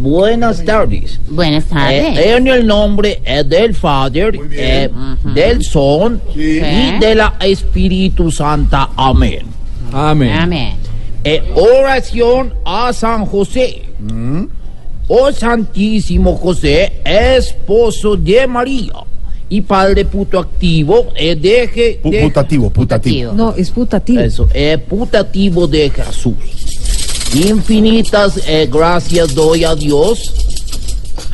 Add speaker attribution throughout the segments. Speaker 1: Buenas tardes.
Speaker 2: Buenas tardes.
Speaker 1: Eh, en el nombre eh, del Father, eh, del Son y de la Espíritu Santa. Amén.
Speaker 2: Amén.
Speaker 1: Eh, oración a San José. Oh Santísimo José, esposo de María y padre puto activo, eh, deje
Speaker 3: Pu-
Speaker 1: de-
Speaker 3: putativo, putativo.
Speaker 2: Tío.
Speaker 4: No, es putativo.
Speaker 1: Eso, eh, putativo de Jesús. Infinitas eh, gracias doy a Dios.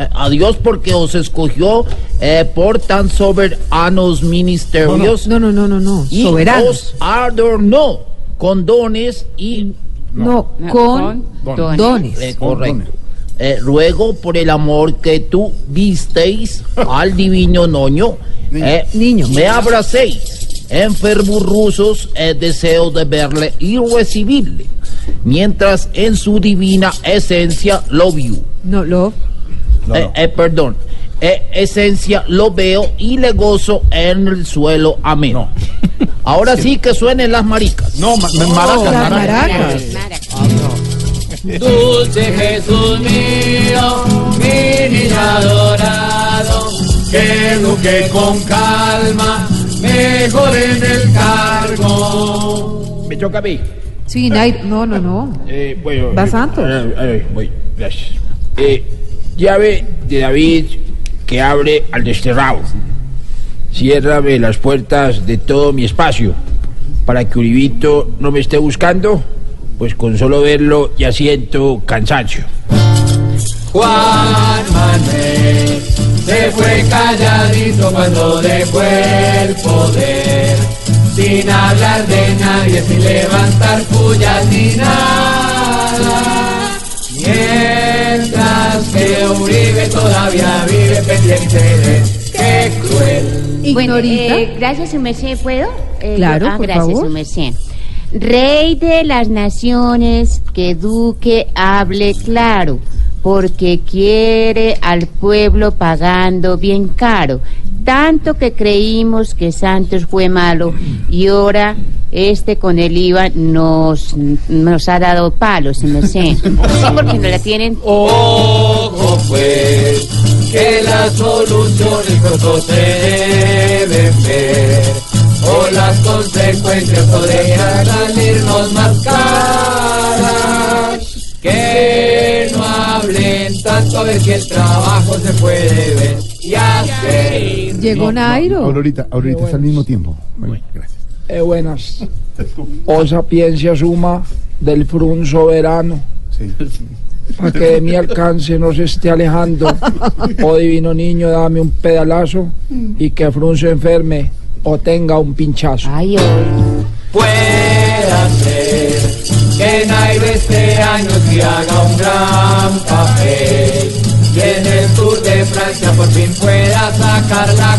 Speaker 1: eh, a Dios porque os escogió eh, por tan soberanos ministerios
Speaker 4: No, no, no, no, no.
Speaker 1: y
Speaker 4: Soberanos.
Speaker 1: os adornó con dones y
Speaker 4: No, con
Speaker 2: Don.
Speaker 1: eh,
Speaker 4: dones.
Speaker 1: correcto. Eh, ruego por el amor que tú visteis al divino noño, eh,
Speaker 4: Niño.
Speaker 1: me abracéis, enfermos rusos, eh, deseo de verle y recibirle, mientras en su divina esencia lo vio.
Speaker 4: No, lo.
Speaker 3: No,
Speaker 1: Eh,
Speaker 3: no.
Speaker 1: eh, perdón, eh, esencia lo veo y le gozo en el suelo. Amén.
Speaker 3: No.
Speaker 1: Ahora sí que suenen las maricas.
Speaker 3: No, ma- ma- maracas,
Speaker 4: las
Speaker 3: maracas.
Speaker 4: maracas.
Speaker 2: Eh,
Speaker 5: Dulce Jesús mío, mi niño adorado, que eduque con calma, mejor en el cargo.
Speaker 3: Me toca a mí.
Speaker 4: Sí, Nai- no, no, no.
Speaker 3: Eh, bueno,
Speaker 4: Va
Speaker 3: eh,
Speaker 4: Santos.
Speaker 3: eh, eh, voy, gracias. Eh, llave de David que abre al desterrado. Ciérrame las puertas de todo mi espacio para que Uribito no me esté buscando, pues con solo verlo ya siento cansancio.
Speaker 5: Juan Manuel se fue calladito cuando dejó el poder, sin hablar de nadie, sin levantar puyas ni nada. Mientras que Uribe todavía vive pendiente de él. ¡Qué cruel!
Speaker 2: Bueno,
Speaker 4: Ignorita.
Speaker 2: eh, gracias, su merced, ¿puedo? Eh,
Speaker 4: Claro,
Speaker 2: ah,
Speaker 4: por
Speaker 2: gracias,
Speaker 4: favor.
Speaker 2: su merced. Rey de las naciones, que Duque hable claro, porque quiere al pueblo pagando bien caro. Tanto que creímos que Santos fue malo y ahora este con el IVA nos, nos ha dado palos, su merced. Sí, porque no la tienen
Speaker 5: Ojo pues, que las soluciones pronto se deben ver, o las consecuencias podrían salirnos más caras. Que no hablen tanto, a ver si el trabajo se puede ver y hacer ir.
Speaker 4: Llegó Nairo.
Speaker 3: Aurorita, Aurorita está al mismo tiempo. gracias.
Speaker 6: Eh, buenas. O sapiencia suma del frun soberano, para que de mi alcance no se esté alejando. Oh divino niño, dame un pedalazo y que frun se enferme o tenga un pinchazo.
Speaker 2: Ay, hoy.
Speaker 5: Pueda ser que Nairo este año se haga un gran papel y en el Tour de Francia por fin pueda sacar la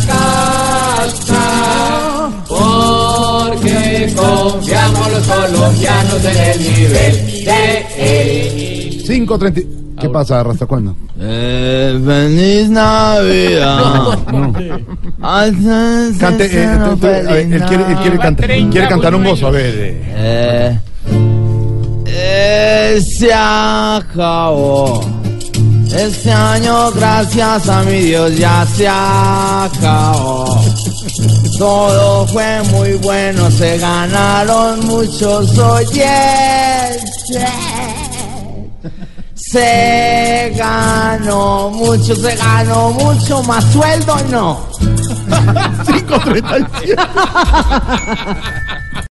Speaker 5: casa porque confiamos los colombianos en el nivel de él.
Speaker 3: 5.30. ¿Qué pasa, Rasta? ¿Cuándo?
Speaker 6: Eh, feliz Navidad.
Speaker 3: Cante, eh, tú- tú- a ver, él quiere, él quiere cantar, quiere cantar un gozo, a ver. eh.
Speaker 6: Eh, eh, se acabó. Este año, gracias a mi Dios, ya se acabó. Todo fue muy bueno, se ganaron muchos oyentes. Se ganó mucho, se ganó mucho más sueldo, no.
Speaker 3: 5.37.